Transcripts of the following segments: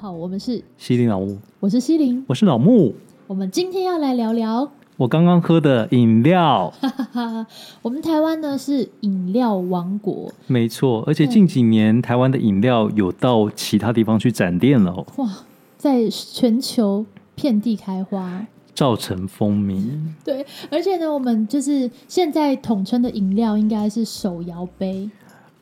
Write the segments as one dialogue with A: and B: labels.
A: 好，我们是
B: 西林老木，
A: 我是西林，
B: 我是老木。
A: 我们今天要来聊聊，
B: 我刚刚喝的饮料，
A: 哈哈，我们台湾呢是饮料王国，
B: 没错，而且近几年台湾的饮料有到其他地方去展店了哦，
A: 哇，在全球遍地开花。
B: 造成风靡。
A: 对，而且呢，我们就是现在统称的饮料应该是手摇杯。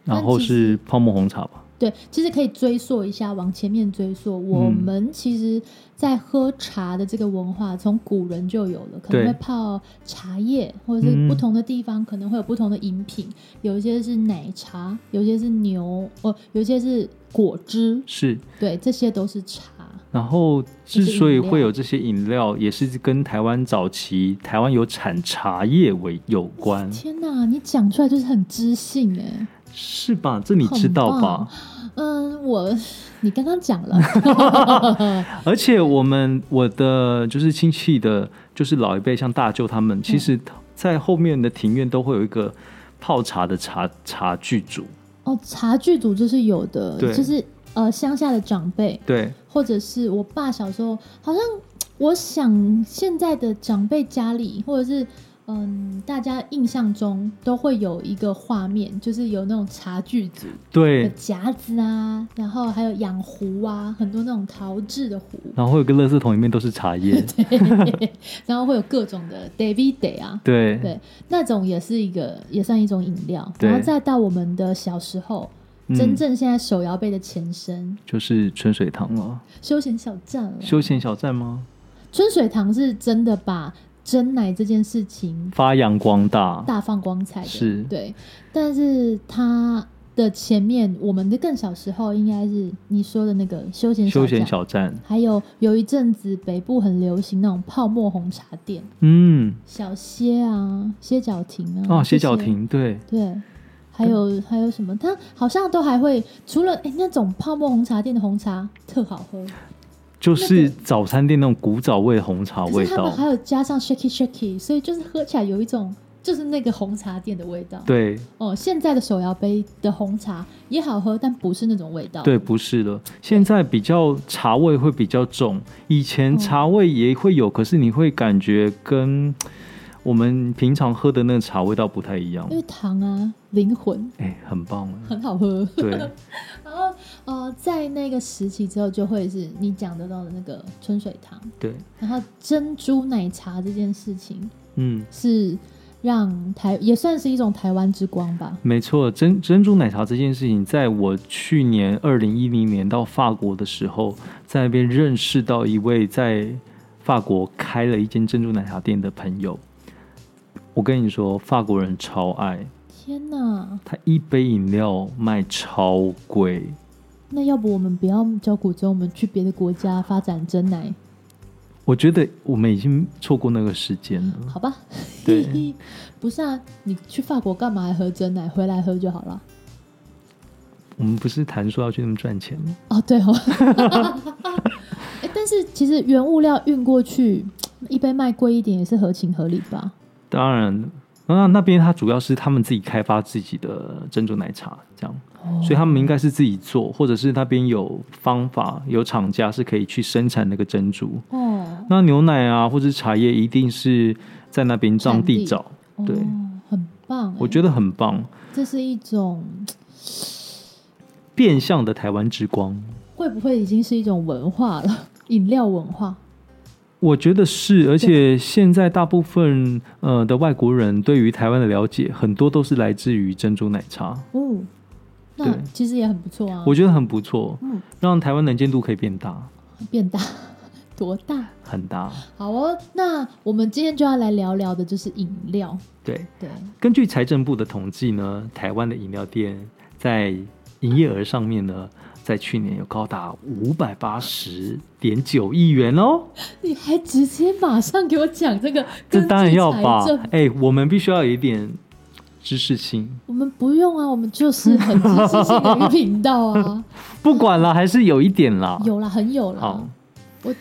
B: 然后是泡沫红茶吧，
A: 对，其实可以追溯一下，往前面追溯，
B: 嗯
A: 我们其实，在喝茶的这个文化，从古人就有了，可能
B: 对
A: 会泡茶叶，或者是
B: 嗯
A: 不同的地方可能会有不同的饮品，有一些是奶茶，有一些是牛，哦，有一些是果汁，
B: 是。
A: 对，这些都是茶，
B: 然后
A: 这
B: 之
A: 是饮
B: 所以
A: 料
B: 会有这些饮料，也是跟台湾早期台湾有产茶叶为有关，
A: 天哪，你讲出来就是很知性哎。
B: 是吧？这你知道
A: 很棒
B: 吧？
A: 嗯，我你刚刚讲 了，
B: 而且我们我的就是亲戚的，就是老一辈，像大舅他们，其实在后面的庭院都会有一个泡茶的茶茶具组，
A: 哦，茶具组就是有的，
B: 对
A: 就是呃乡下的长辈，
B: 对，
A: 或者是我爸小时候，好像我想现在的长辈家里，或者是嗯，大家印象中都会有一个画面，就是有那种茶具组，有
B: 对，
A: 夹子啊，然后还有养壶啊，很多那种陶制的壶，
B: 然后会有个垃圾桶，里面都是茶叶，
A: 然后会有各种的 David Day 啊，
B: 对，
A: 对，那种也是一个也算一种饮料，
B: 对
A: 然后再到我们的小时候，
B: 嗯
A: 真正现在手摇杯的前身，
B: 就是春水堂了。
A: 休闲小站了。
B: 休闲小站吗？
A: 春水堂是真的把真奶这件事情
B: 发扬光大，
A: 大放光彩的，
B: 是
A: 对。但是它的前面，我们的更小时候应该是你说的那个休闲小
B: 休
A: 站
B: 闲小站，
A: 还有有一阵子北部很流行那种泡沫红茶店，
B: 嗯，
A: 小歇啊、歇脚亭啊，
B: 哦，斜角
A: 这些，
B: 亭，嗯对，
A: 对。还有还有什么？它好像都还会，除了哎、那种泡沫红茶店的红茶特好喝，
B: 就是早餐店那种古早味红茶
A: 可
B: 味
A: 是他
B: 道
A: 们，还有加上 shaky shaky，所以就是喝起来有一种就是那个红茶店的味道。
B: 对
A: 哦，现在的手摇杯的红茶也好喝，但不是那种味道。
B: 对，不是的，现在比较茶味会比较重，以前
A: 嗯
B: 茶味也会有，可是你会感觉跟我们平常喝的那个茶味道不太一样
A: 因，为糖啊，灵魂
B: 哎，很棒啊，
A: 很好喝。
B: 对，
A: 然后呃，在那个时期之后，就会是你讲得到的那个春水堂，
B: 对，
A: 然后珍珠奶茶这件事情
B: 嗯。
A: 是让台也算是一种台湾之光吧。
B: 没错，珍珍珠奶茶这件事情，在我去年二零一零年到法国的时候，在那边认识到一位在法国开了一间珍珠奶茶店的朋友。我跟你说，法国人超爱
A: 天哪，
B: 他一杯饮料卖超贵，
A: 那要不我们不要教古筝，我们去别的国家发展真奶，
B: 我觉得我们已经错过那个时间了。
A: 好吧？
B: 对，
A: 不是啊，你去法国干嘛还喝真奶？回来喝就好了。
B: 我们不是谈说要去那么赚钱吗？
A: 哦，对哦。 欸但是其实原物料运过去，一杯卖贵一点也是合情合理吧？
B: 当然，那那边他主要是他们自己开发自己的珍珠奶茶，这样。
A: 哦
B: 所以他们应该是自己做，或者是那边有方法、有厂家是可以去生产那个珍珠。
A: 哦，
B: 那牛奶啊，或者是茶叶，一定是在那边当地找，对
A: 哦很棒欸。
B: 我觉得很棒，
A: 这是一种
B: 变相的台湾之光。
A: 会不会已经是一种文化了？ 饮料文化，
B: 我觉得是，而且现在大部分呃的外国人对于台湾的了解，很多都是来自于珍珠奶茶，
A: 哦，那
B: 对
A: 其实也很不错啊。
B: 我觉得很不错，
A: 嗯，
B: 让台湾能见度可以变大，
A: 变大 多大？
B: 很大。
A: 好哦，那我们今天就要来聊聊的就是饮料，
B: 对，
A: 对，
B: 根据财政部的统计呢，台湾的饮料店在营业额上面呢，在去年有高达五百八十点九亿元 哦。
A: 你还直接马上给我讲这个，
B: 这当然要吧
A: 根据财政？
B: 哎、我们必须要有一点知识性。
A: 我们不用啊，我们就是很知识性的一个频 道啊，
B: 不管啦，还是有一点啦。
A: 有啦，很有啦
B: 好。，
A: 我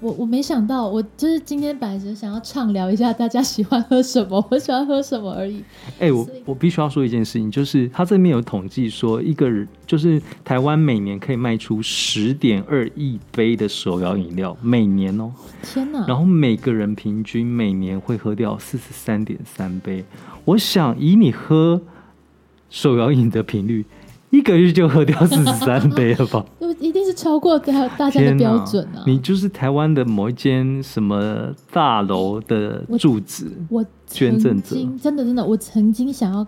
A: 我我没想到，我就是今天本来只是想要畅聊一下大家喜欢喝什么，我喜欢喝什么而已。
B: 哎、我
A: 所以
B: 我必须要说一件事情，就是他这边有统计说，一个人就是台湾每年可以卖出十点二亿杯的手摇饮料，每年哦，
A: 天哪！
B: 然后每个人平均每年会喝掉四十三点三杯。我想以你喝手摇饮的频率，一个月就喝掉四十三杯了吧？
A: 就一定是超过大大家的
B: 天
A: 标
B: 哪
A: 准啊！
B: 你就是台湾的某一间什么大楼的
A: 我
B: 住址，
A: 我
B: 捐赠
A: 曾
B: 者
A: 经真的真的，我曾经想要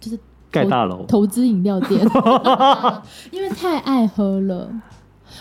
A: 就是
B: 盖
A: 投
B: 大楼
A: 投资饮料 店， 因为太爱喝了。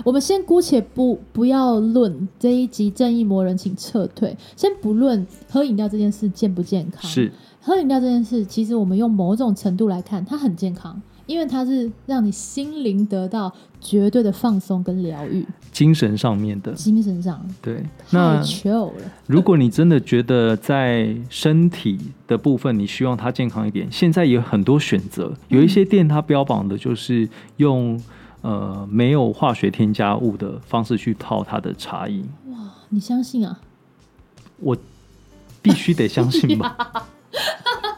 A: 我们先姑且不不要论这一集正义魔人请撤退，先不论喝饮料这件事健不健康，
B: 是
A: 喝饮料这件事，其实我们用某种程度来看，它很健康，因为它是让你心灵得到绝对的放松跟疗愈，
B: 精神上面的。
A: 精神上
B: 对，
A: 太
B: 那
A: chill 了。
B: 如果你真的觉得在身体的部分你希望它健康一点，现在也有很多选择，有一些店它标榜的就是用呃没有化学添加物的方式去泡它的茶饮，
A: 哇，你相信啊？
B: 我必须得相信吧，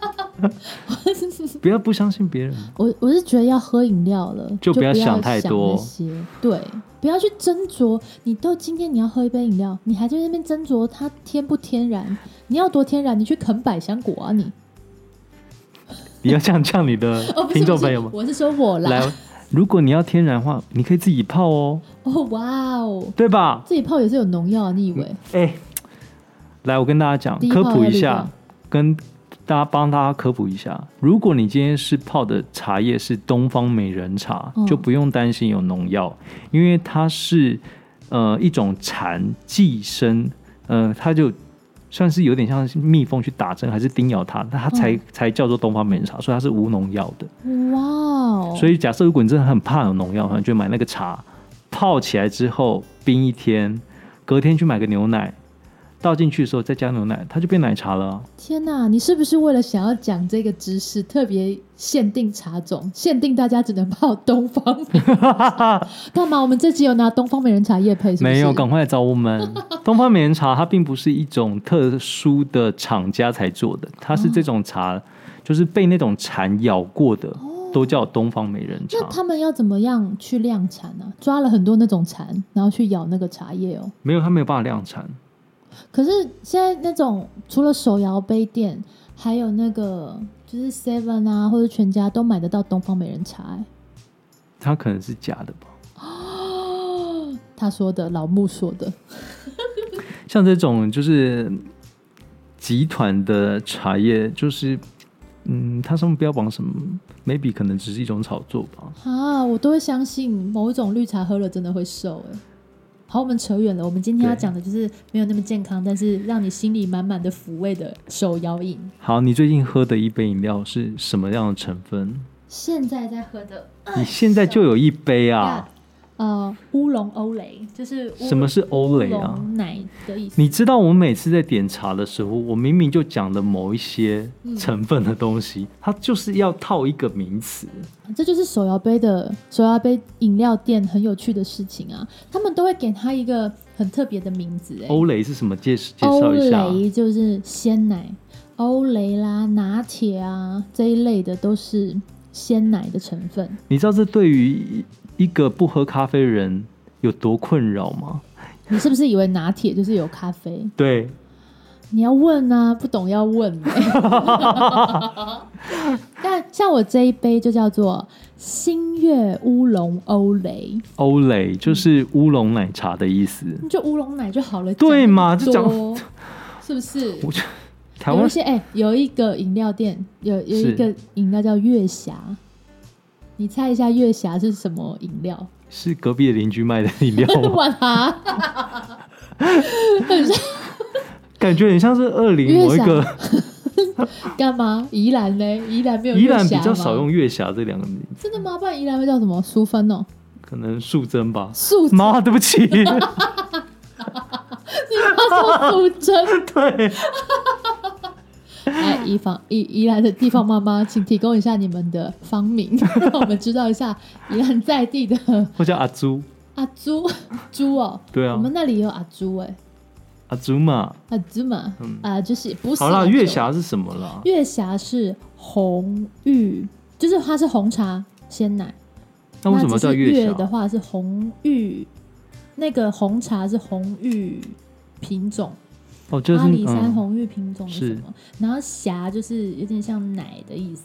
B: 不要不相信别人。
A: 我我是觉得要喝饮料了，
B: 就不
A: 不
B: 要
A: 要
B: 想太多
A: 那些对，不要去斟酌。你都今天你要喝一杯饮料，你还在那边斟酌它天不天然？你要多天然？你去啃百香果啊你！
B: 你要这样呛你的
A: 哦，不是
B: 听众
A: 不是
B: 朋友们，
A: 我是说我啦。
B: 来，如果你要天然化，你可以自己泡哦，
A: 哦哇哦，
B: 对吧？
A: 自己泡也是有农药啊，你以为？
B: 哎、来，我跟大家讲，
A: 第一
B: 科
A: 泡
B: 普
A: 要
B: 一
A: 绿
B: 下
A: 掉，
B: 跟大家帮大家科普一下。如果你今天是泡的茶叶是东方美人茶，
A: 嗯
B: 就不用担心有农药，因为它是呃一种蝉寄生，呃，它就。算是有点像是蜜蜂去打针还是叮咬它，那它才、
A: 嗯
B: 才叫做东方美人茶，所以它是无农药的。
A: 哇哦！
B: 嗯所以假设如果你真的很怕有农药，你就买那个茶泡起来之后冰一天，隔天去买个牛奶，倒进去的时候再加牛奶，它就变奶茶了啊。
A: 天哪，你是不是为了想要讲这个知识，特别限定茶种，限定大家只能泡东方美人 茶？干嘛？我们这集有拿东方美人茶叶配是不是？
B: 没有，赶快来找 我们。东方美人茶它并不是一种特殊的厂家才做的，它是这种茶，就是被那种蝉咬过的，都叫东方美人茶
A: 哦那。他们要怎么样去量产呢、抓了很多那种蝉，然后去咬那个茶叶哦。
B: 没有，它没有办法量产。
A: 可是现在那种除了手摇杯店，还有那个就是 Seven 啊，或者全家都买得到东方美人茶、欸。
B: 它可能是假的吧？
A: 哦，他说的，老木说的，
B: 像这种就是集团的茶叶，就是嗯，它上面标榜什么，maybe 可能只是一种炒作吧。
A: 啊，我都会相信某一种绿茶喝了真的会瘦、欸。好，我们扯远了。我们今天要
B: 对
A: 讲的就是没有那么健康，但是让你心里满满的抚慰的手摇饮。
B: 好，你最近喝的一杯饮料是什么样的成分？
A: 现在在喝的，
B: 你现在就有一杯啊？
A: 呃，乌龙欧蕾就是乌
B: 什么是欧蕾
A: 乌
B: 啊？
A: 龙奶的意思。
B: 你知道我每次在点茶的时候，我明明就讲了某一些成分的东
A: 嗯
B: 西，它就是要套一个名词。
A: 啊这就是手摇杯的手摇杯饮料店很有趣的事情啊，他们都会给它一个很特别的名字、欸，
B: 欧蕾是什么？介哦介
A: 欧
B: 绍一下。啊
A: 蕾就是鲜奶，欧蕾啦、拿铁啊这一类的都是鲜奶的成分。
B: 你知道这对于一个不喝咖啡的人有多困扰吗？
A: 你是不是以为拿铁就是有咖啡？
B: 对，
A: 你要问啊，不懂要问、欸。 但像我这一杯就叫做星月乌龙欧蕾，
B: 欧蕾就是乌龙奶茶的意思。
A: 你就乌龙奶就好了。
B: 对嘛
A: 讲那 么多是
B: 这
A: 不是？
B: 我觉得台
A: 有
B: 湾
A: 一些哎、有一个饮料店，有有
B: 是
A: 一个饮料叫月霞，你猜一下月霞是什么饮料？ 啊
B: 是隔壁的邻居卖的饮料吗？
A: 哇哈，
B: 感觉很像是二零某一个
A: 干嘛？宜兰嘞？宜兰没有
B: 宜
A: 月霞
B: 兰
A: 吗
B: 比较少用月霞这两个名字，
A: 真的吗？不然宜兰会叫什么？淑芬哦，
B: 可能素贞吧。
A: 素贞，
B: 妈，对不起，
A: 叫素贞。
B: 对，
A: 哎，以防宜宜兰的地方妈妈，请提供一 下你们的芳名，让我们知道一下宜兰在地的
B: 我叫阿朱，
A: 阿朱猪哦，
B: 对啊
A: 我们那里也有阿朱哎、
B: 阿祖玛。
A: 阿朱嘛，
B: 嗯
A: 啊，就是不是
B: 好啦，
A: 红酒
B: 月霞是什么啦？
A: 月霞是红玉，就是它是红茶鲜奶。
B: 那为什么
A: 只
B: 叫
A: 是
B: 月
A: 的
B: 霞？
A: 话是红玉，那个红茶是红玉品种，
B: 哦，就是
A: 阿里山
B: 嗯，
A: 红玉品种是什么？然后霞就是有点像奶的意思。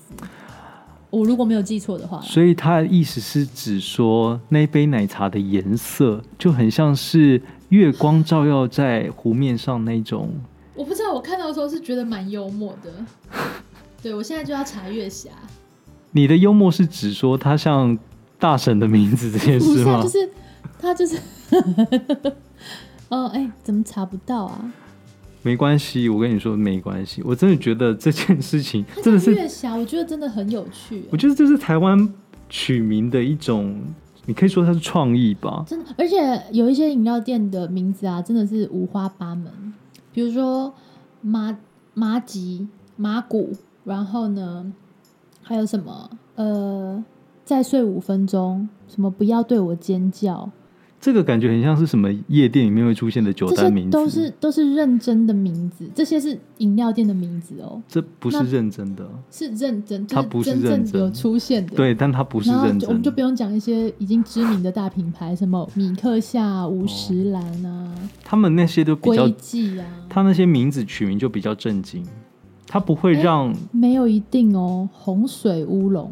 A: 我如果没有记错的话啦，
B: 所以它的意思是指说那一杯奶茶的颜色就很像是月光照耀在湖面上那种。
A: 我不知道，我看到的时候是觉得蛮幽默 的。对，我现在就要查月霞，
B: 你的幽默是指说它像大婶的名字这件
A: 不
B: 事
A: 是、啊，
B: 吗
A: 就？是他就是， 哦，哎、怎么查不到啊？
B: 没关系，我跟你说没关系，我真的觉得这件事情
A: 它
B: 真的
A: 叫
B: 是
A: 月霞，我觉得真的很有趣、
B: 我觉得这是台湾取名的一种，你可以说它是创意吧。
A: 真的，而且有一些饮料店的名字啊，真的是五花八门。比如说麻麻吉、麻古，然后呢，还有什么呃，再睡五分钟，什么不要对我尖叫，
B: 这个感觉很像是什么夜店里面会出现的酒
A: 这
B: 单
A: 些
B: 名字，
A: 都是都是认真的名字，这些是饮料店的名字哦，
B: 这不是认真的，
A: 是认真，就
B: 它不是
A: 真
B: 认
A: 正
B: 真
A: 有出现的。
B: 对，但它不是
A: 然后
B: 认
A: 就我们
B: 真
A: 就不用讲一些已经知名的大品牌，什么米克夏、五十岚啊、
B: 他们那些都哦比较
A: 龟，记啊，
B: 他那些名字取名就比较震惊，他不
A: 哎
B: 会让、
A: 没有一定哦，洪水乌龙，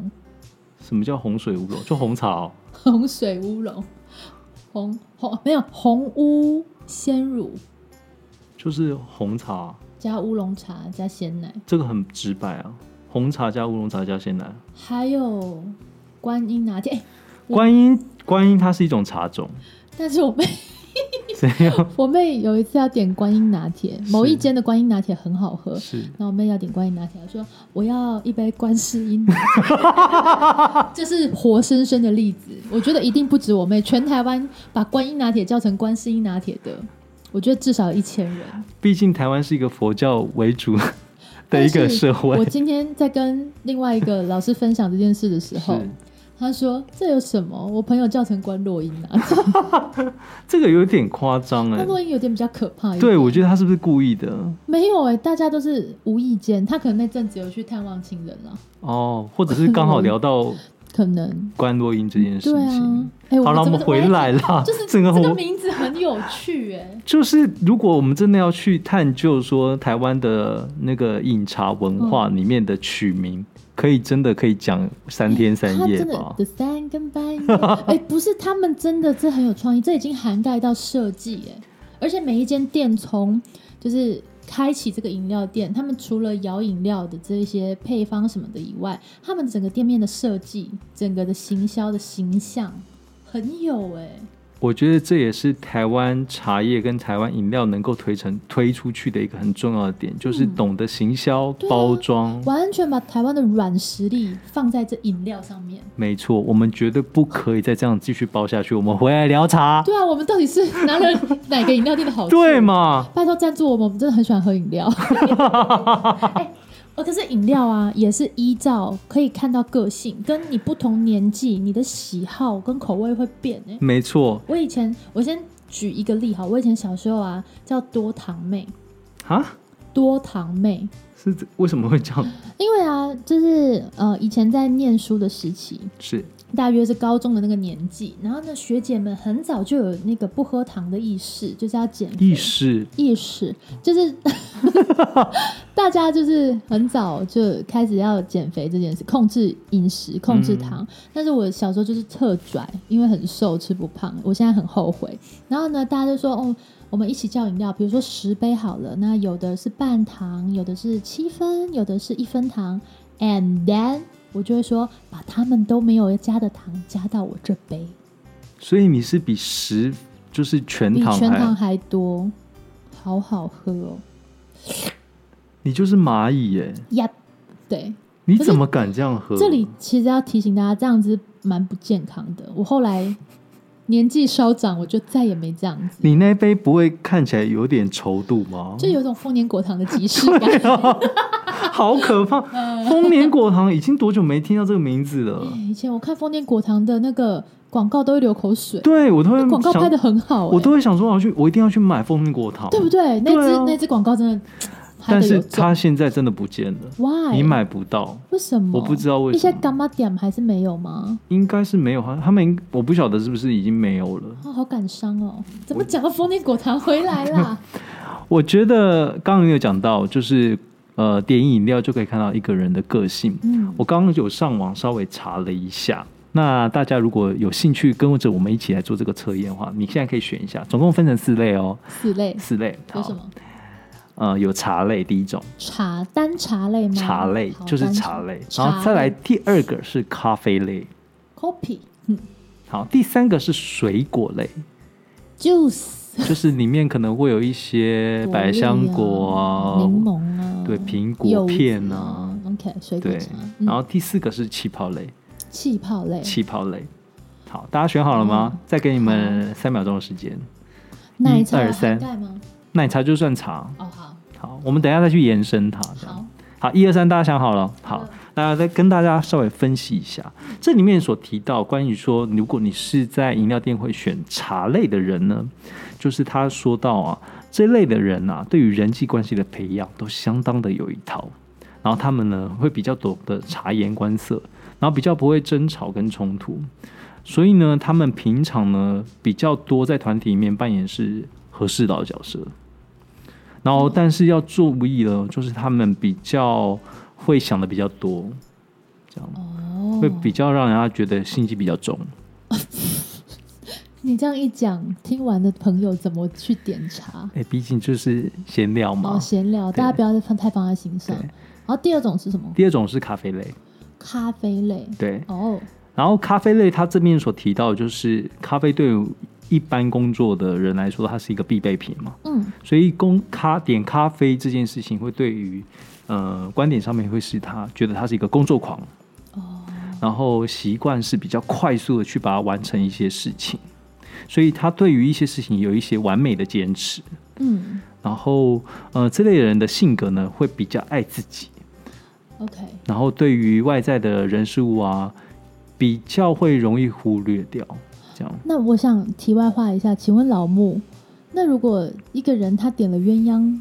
B: 什么叫洪水乌龙，就红茶、哦，
A: 洪水乌龙，红红没有红乌鲜乳
B: 就是红茶，
A: 加乌龙茶加鲜奶，
B: 这个很直白啊，红茶加乌龙茶加鲜奶。啊
A: 还有观音拿铁。哎我
B: 观音，观音它是一种 茶种，
A: 但是我妹
B: 这样
A: 我妹有一次要点观音拿铁，
B: 是
A: 某一间的观音拿铁很好喝。
B: 是
A: 然后我妹要点观音拿铁，我说我要一杯观世音拿 铁，这是活生生的例子。我觉得一定不止我妹，全台湾把观音拿铁叫成观世音拿铁的，我觉得至少有一千人。
B: 毕竟台湾是一个佛教为主的一个社
A: 但是我
B: 会，
A: 今天在跟另外一个老师分享这件事的时候
B: 是，
A: 他说：“这有什么？我朋友叫成关洛音啊，
B: 这个有点夸张哎
A: 关。洛音有点比较可怕一点。”
B: 对，我觉得他是不是故意的？
A: 没有哎、大家都是无意间，他可能那阵子有去探望亲人了，
B: 哦，或者是 刚好聊到
A: 可能
B: 关洛音这件事
A: 对啊
B: 情。。
A: 哎、
B: 好了，我
A: 怎么
B: 们回，来啦。
A: 我就是
B: 整啊个
A: 这个
B: 我
A: 名字很有趣哎、
B: 就是，如果我们真的要去探究说台湾的那个饮茶文化里面的取名，可以真的可以讲三天三
A: 他
B: 夜
A: 真的
B: 吧？
A: 的三更半夜，哎、不是他们真的这很有创意，这已经涵盖到设计哎，而且每一间店从就是开启这个饮料店，他们除了摇饮料的这一些配方什么的以外，他们整个店面的设计，整个的行销的形象很有哎、
B: 我觉得这也是台湾茶叶跟台湾饮料能够推成推出去的一个很重要的点，就是
A: 嗯
B: 懂得行销、
A: 对啊
B: 包装。
A: 完全把台湾的软实力放在这饮料上面。
B: 没错，我们绝对不可以再这样继续包下去。我们回来聊茶，
A: 对啊，啊我们到底是 拿了哪个饮料店的好处？
B: 对？啊嘛？
A: 拜托赞助我们，我们真的很喜欢喝饮 料。哎呃，可是饮料啊，也是依照可以看到个性，跟你不同年纪，你的喜好跟口味会变、欸。
B: 没错
A: 我以前，我先举一个例好，我以前小时候啊，叫多糖妹，
B: 啊，
A: 多糖妹，
B: 是这为什么会这样？
A: 因为啊，就是呃，以前在念书的时期，
B: 是
A: 大约是高中的那个年纪，然后呢，学姐们很早就有那个不喝糖的意识，就是要减肥
B: 意识
A: 意识，就是 大家就是很早就开始要减肥这件事，控制饮
B: 嗯
A: 食，控制糖。但是我小时候就是特拽，因为很瘦吃不胖，我现在很后悔。然后呢，大家就说哦，我们一起叫饮料，比如说十杯好了，那有的是半糖，有的是七分，有的是一分糖，and then 我就会说把他们都没有加的糖加到我这杯，
B: 所以你是比十就是全
A: 比
B: 糖
A: 全
B: 还，
A: 糖还多，好好喝哦，
B: 你就是蚂蚁耶、
A: 呀、对。
B: 你
A: 可是
B: 怎么敢这样喝？
A: 这里其实要提醒大家，这样子蛮不健康的。我后来年纪稍长，我就再也没这样子，
B: 你那一杯不会看起来有点稠度吗？
A: 就有种丰年果糖的即视感。
B: 啊好 可怕！
A: 嗯
B: 丰年果糖已经多久没听到这个名字了？
A: 以前我看丰年果糖的那个广告都会流口水，
B: 对我都会
A: 广告
B: 想
A: 拍的很好、欸，
B: 我都会想说我要去，我一定要去买蜂蜜果糖，
A: 对不对？那
B: 对
A: 只、
B: 啊
A: 那只广告真的拍
B: 但
A: 的有
B: 是
A: 种
B: 它现在真的不见了，
A: ，why？
B: 你买不到，
A: 为什么？
B: 我不知道为
A: 一
B: 什
A: 些
B: 么
A: 干妈点还是没有吗？
B: 应该是没有他他们应我不晓得是不是已经没有了。
A: 啊，好感伤哦！怎么讲到蜂蜜果糖回来 啦？
B: 我觉得刚刚有讲到，就是呃，点饮料就可以看到一个人的个性。
A: 嗯，
B: 我刚刚有上网稍微查了一下，那大家如果有兴趣跟着我们一起来做这个测验的话，你现在可以选一下，总共分成四类哦，
A: 四类
B: 四类。
A: 有
B: 好
A: 什，么？
B: 呃，有茶类第一种，
A: 茶单茶类吗？
B: 茶类
A: 好
B: 就是
A: 单
B: 茶类，
A: 茶
B: 然后再来
A: 类
B: 第二个是咖啡类，
A: ，coffee，嗯
B: 好，第三个是水果 类，
A: ，juice，
B: 就是里面可能会有一些百香果
A: 啊，、
B: 啊
A: 柠檬啊，
B: 对苹果片
A: 柚子
B: 啊
A: 啊，OK，水果
B: 对
A: 茶，，嗯
B: 然后第四个是气泡类，
A: 气泡类，
B: 气泡类。好，大家选好了
A: 嗯
B: 吗？再给你们三秒钟的时间。
A: 奶
B: 一
A: 茶
B: 二
A: 有
B: 三
A: 涵盖吗？
B: 奶茶就算茶，
A: 哦，好，
B: 好，我们等一下再去延伸它。这样
A: 好，
B: 好，一二三，大家想好了。好
A: 嗯，
B: 那再跟大家稍微分析一下，这里面所提到关于说，如果你是在饮料店会选茶类的人呢，就是他说到啊，这类的人啊，对于人际关系的培养都相当的有一套，然后他们呢会比较懂得察言观色，然后比较不会争吵跟冲突，所以呢，他们平常呢比较多在团体里面扮演是和事佬的角色。然后，但是要注意了，就是他们比较会想的比较多，这样
A: 哦，
B: 会比较让人家觉得心机比较重。
A: 你这样一讲，听完的朋友怎么去点茶？
B: 哎、毕竟就是闲聊嘛。
A: 哦，闲聊，
B: 对
A: 大家不要再放太放在心上。
B: 对
A: 然后第二种是什么？
B: 第二种是咖啡类，
A: 咖啡类。
B: 对。
A: 哦，
B: 然后咖啡类，它这边所提到的就是咖啡对一般工作的人来说，它是一个必备品嘛。
A: 嗯，
B: 所以公咖点咖啡这件事情，会对于呃观点上面会是他觉得他是一个工作狂，
A: 哦，
B: 然后习惯是比较快速的去把它完成一些事情，所以他对于一些事情有一些完美的坚持。
A: 嗯
B: 然后呃，这类人的性格呢，会比较爱自己，
A: ，OK，
B: 然后对于外在的人事物啊，比较会容易忽略掉。这样，
A: 那我想题外话一下，请问老木，那如果一个人他点了鸳鸯，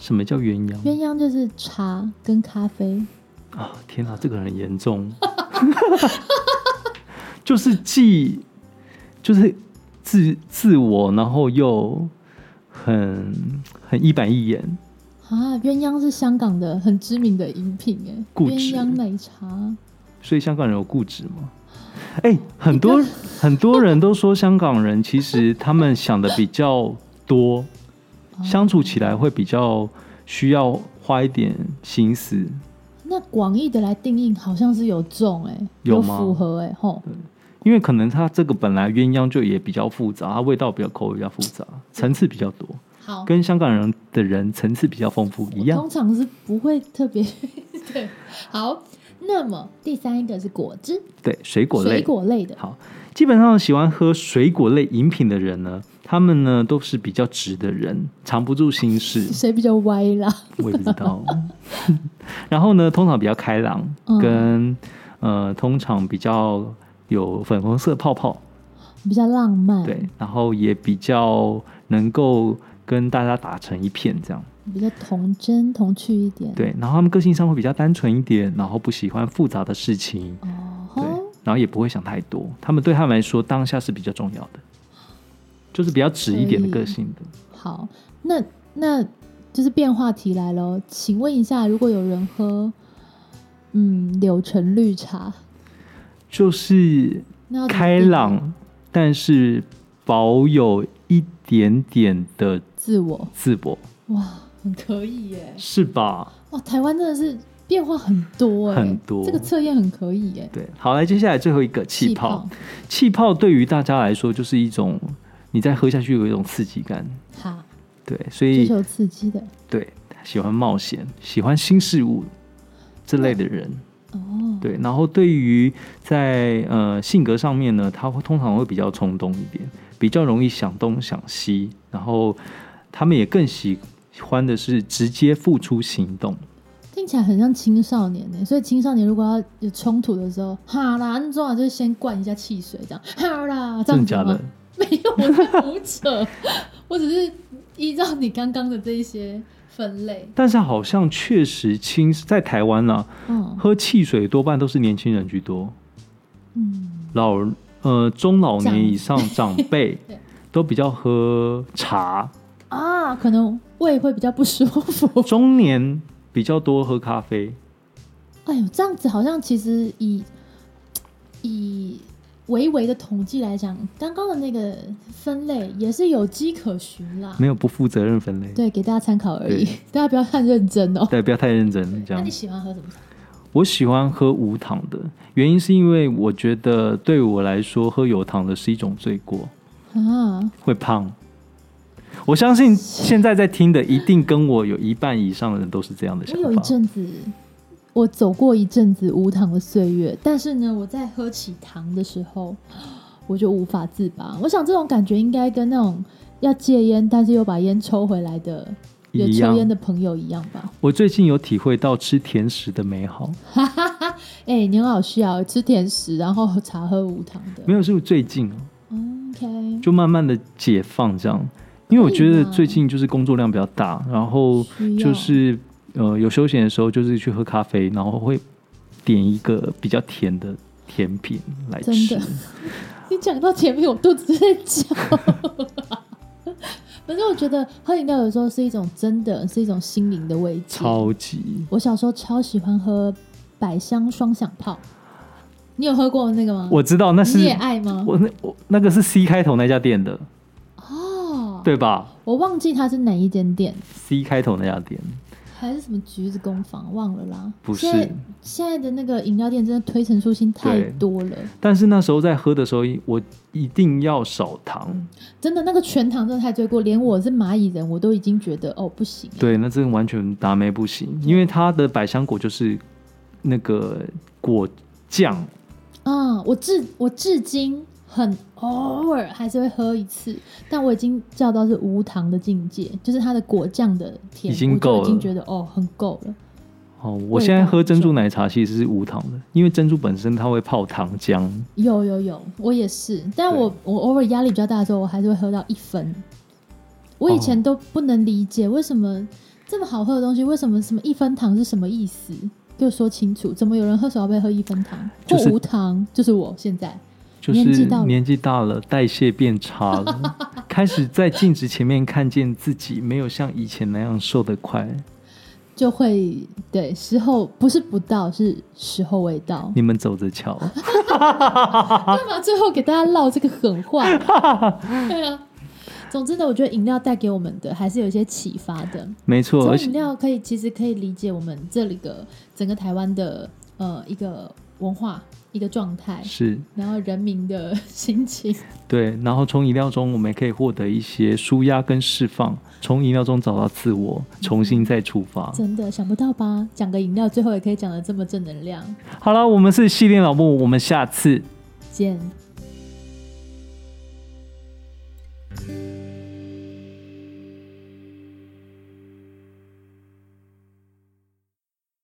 B: 什么叫鸳鸯
A: 鸳鸯就是茶跟咖啡，
B: 啊？天哪，这个很严重， 就是既就是自自我，然后又很很一板一眼，
A: 啊，鸳鸯是香港的很知名的饮品哎，
B: 固
A: 鸳
B: 执
A: 鸯奶茶。
B: 所以香港人有固执吗？
A: 啊
B: 哎、很多很多人都说香港人其实他们想的比较多，
A: 哦
B: 相处起来会比较需要花一点心思。
A: 那广义的来定义，好像是有中哎、
B: 有吗
A: 符合哎、吼，
B: 因为可能他这个本来鸳鸯就也比较复杂，它味道比较口味比较复杂，层次比较多，
A: 好，
B: 跟香港人的人层次比较丰富一样
A: 哦通。常是不会特别 对。好，那么第三一个是果汁，
B: 对，水果类，
A: 水果类的。
B: 好，基本上喜欢喝水果类饮品的人呢，他们呢都是比较直的人，藏不住心事。
A: 谁比较歪啦？
B: 我也不知道。 然后呢，通常比较开朗，
A: 嗯
B: 跟呃，通常比较有粉红色泡泡，
A: 比较浪漫，
B: 对，，然后也比较能够跟大家打成一片这样，
A: 比较童真童趣一点。，
B: 对。然后他们个性上会比较单纯一点，然后不喜欢复杂的事情，
A: 哦
B: 对
A: 吼，，
B: 然后也不会想太多。他们对他们来说，当下是比较重要的，就是比较直一点
A: 所
B: 的
A: 以
B: 个性的。
A: 好，那那就是变化题来喽。请问一下，如果有人喝嗯柳橙绿茶，
B: 就是
A: 那要怎么
B: 开
A: 定义
B: 朗，但是保有一点点的
A: 自我，
B: 自我，
A: 哇，很可以耶！
B: 是吧？
A: 哇，台湾真的是变化很多哎，
B: 很多
A: 这个测验很可以耶。
B: 对，好，来，接下来最后一个气泡，气泡对于大家来说就是一种，你在喝下去有一种刺激感，
A: 好，
B: 对，所
A: 这是
B: 以
A: 有刺激的
B: 对喜欢冒险、喜欢新事物这类的人，
A: 哦。
B: 对，然后对于在呃性格上面呢，他会通常会比较冲动一点，比较容易想东想西，然后他们也更喜欢的是直接付出行动，
A: 听起来很像青少年呢、所以青少年如果要有冲突的时候，哈啦，你最好就是先灌一下汽水，这样哈啦，这
B: 真
A: 样
B: 的
A: 子
B: 假
A: 吗
B: 的？？
A: 没有，我是胡扯，我只是依照你刚刚的这一些分类，
B: 但是好像确实青在台湾啦、
A: 嗯
B: 喝汽水多半都是年轻人居多，
A: 嗯，
B: 老呃中老
A: 长
B: 年以上长辈
A: 对
B: 都比较喝茶，
A: 啊，可能胃会比较不舒服。
B: 中年比较多喝咖啡。
A: 哎呦，这样子好像其实以以微微的统计来讲，刚刚的那个分类也是有迹可循啦。
B: 没有不负责任分类，
A: 对，给大家参考而已
B: 嗯对，
A: 大家不要太认真哦。
B: 对，不要太认真这
A: 那
B: 样
A: 你。喜欢喝什么茶？
B: 我喜欢喝无糖的原因是因为我觉得对我来说喝有糖的是一种罪过，
A: 啊，
B: 会胖。我相信现在在听的一定跟我有一半以上的人都是这样的
A: 我
B: 想
A: 有一
B: 法。
A: 阵子，我走过一阵子无糖的岁月，但是呢，我在喝起糖的时候，我就无法自拔。我想这种感觉应该跟那种要戒烟，但是又把烟抽回来的有
B: 一
A: 抽烟
B: 样
A: 的，朋友一样吧。
B: 我最近有体会到吃甜食的美好，
A: 哎、你很好笑，吃甜食然后茶喝无糖的
B: 没。有是最近哦
A: OK，
B: 就慢慢的解放这样，因为我觉
A: 可以
B: 得
A: 吗
B: 最近就是工作量比较大，然后
A: 需要
B: 就是呃有休闲的时候就是去喝咖啡，然后会点一个比较甜的甜品来
A: 真
B: 吃
A: 的。你讲到前面，我肚子在叫。 反正我觉得喝饮料有时候是一种真的是一种心灵的慰藉。
B: 超级
A: 我小时候超喜欢喝百香双响炮，你有喝过那个吗？
B: 我知道那是
A: 你也爱吗？
B: 我那我那个是 C 开头那家店的，
A: 哦，
B: 对吧
A: 我忘记它是哪一间店，
B: ？C 开头那家店
A: 还是什么橘子工坊，忘了啦。
B: 不是
A: 现在现在的那个饮料店真的推陈出新太多了，
B: 但是那时候在喝的时候，我一定要少糖。
A: 真的那个全糖真的太罪过，连我是蚂蚁人，我都已经觉得哦不行。
B: 对，那真的完全达咩不行，因为它的百香果就是那个果酱，
A: 啊、我至我至今很偶尔还是会喝一次，但我已经叫到是无糖的境界，就是它的果酱的甜，
B: 已经
A: 我就
B: 够了
A: 已经觉得哦很够了。
B: 哦，我现在喝珍珠奶茶其实是无糖的，因为珍珠本身它会泡糖浆，
A: 有有有，我也是，但我我偶尔压力比较大的时候，我还是会喝到一分。我以
B: 哦
A: 前都不能理解为什么这么好喝的东西，为什么什么一分糖是什么意思？给我说清楚，怎么有人喝手摇杯喝一分糖
B: 就
A: 或
B: 是
A: 无糖？就是我现在
B: 就是
A: 年纪大了
B: 年纪大了，代谢变 差了，开始在镜子前面看见自己没有像以前那样瘦得快。
A: 就会对时候不是不到，是时候未到。
B: 你们走着瞧，
A: 干嘛最后给大家唠这个狠话啊？对啊。总之呢，我觉得饮料带给我们的还是有一些启发的。
B: 没错，而
A: 从饮
B: 且
A: 料可以其实可以理解我们这里个整个台湾的呃一个文化一个状态，
B: 是
A: 然后人民的心情。
B: 对。然后从饮料中，我们也可以获得一些舒压跟释放，从饮料中找到自我，重新再出发。
A: 真的想不到吧？讲个饮料，最后也可以讲的这么正能量。
B: 好了，我们是系列老木，我们下次
A: 见，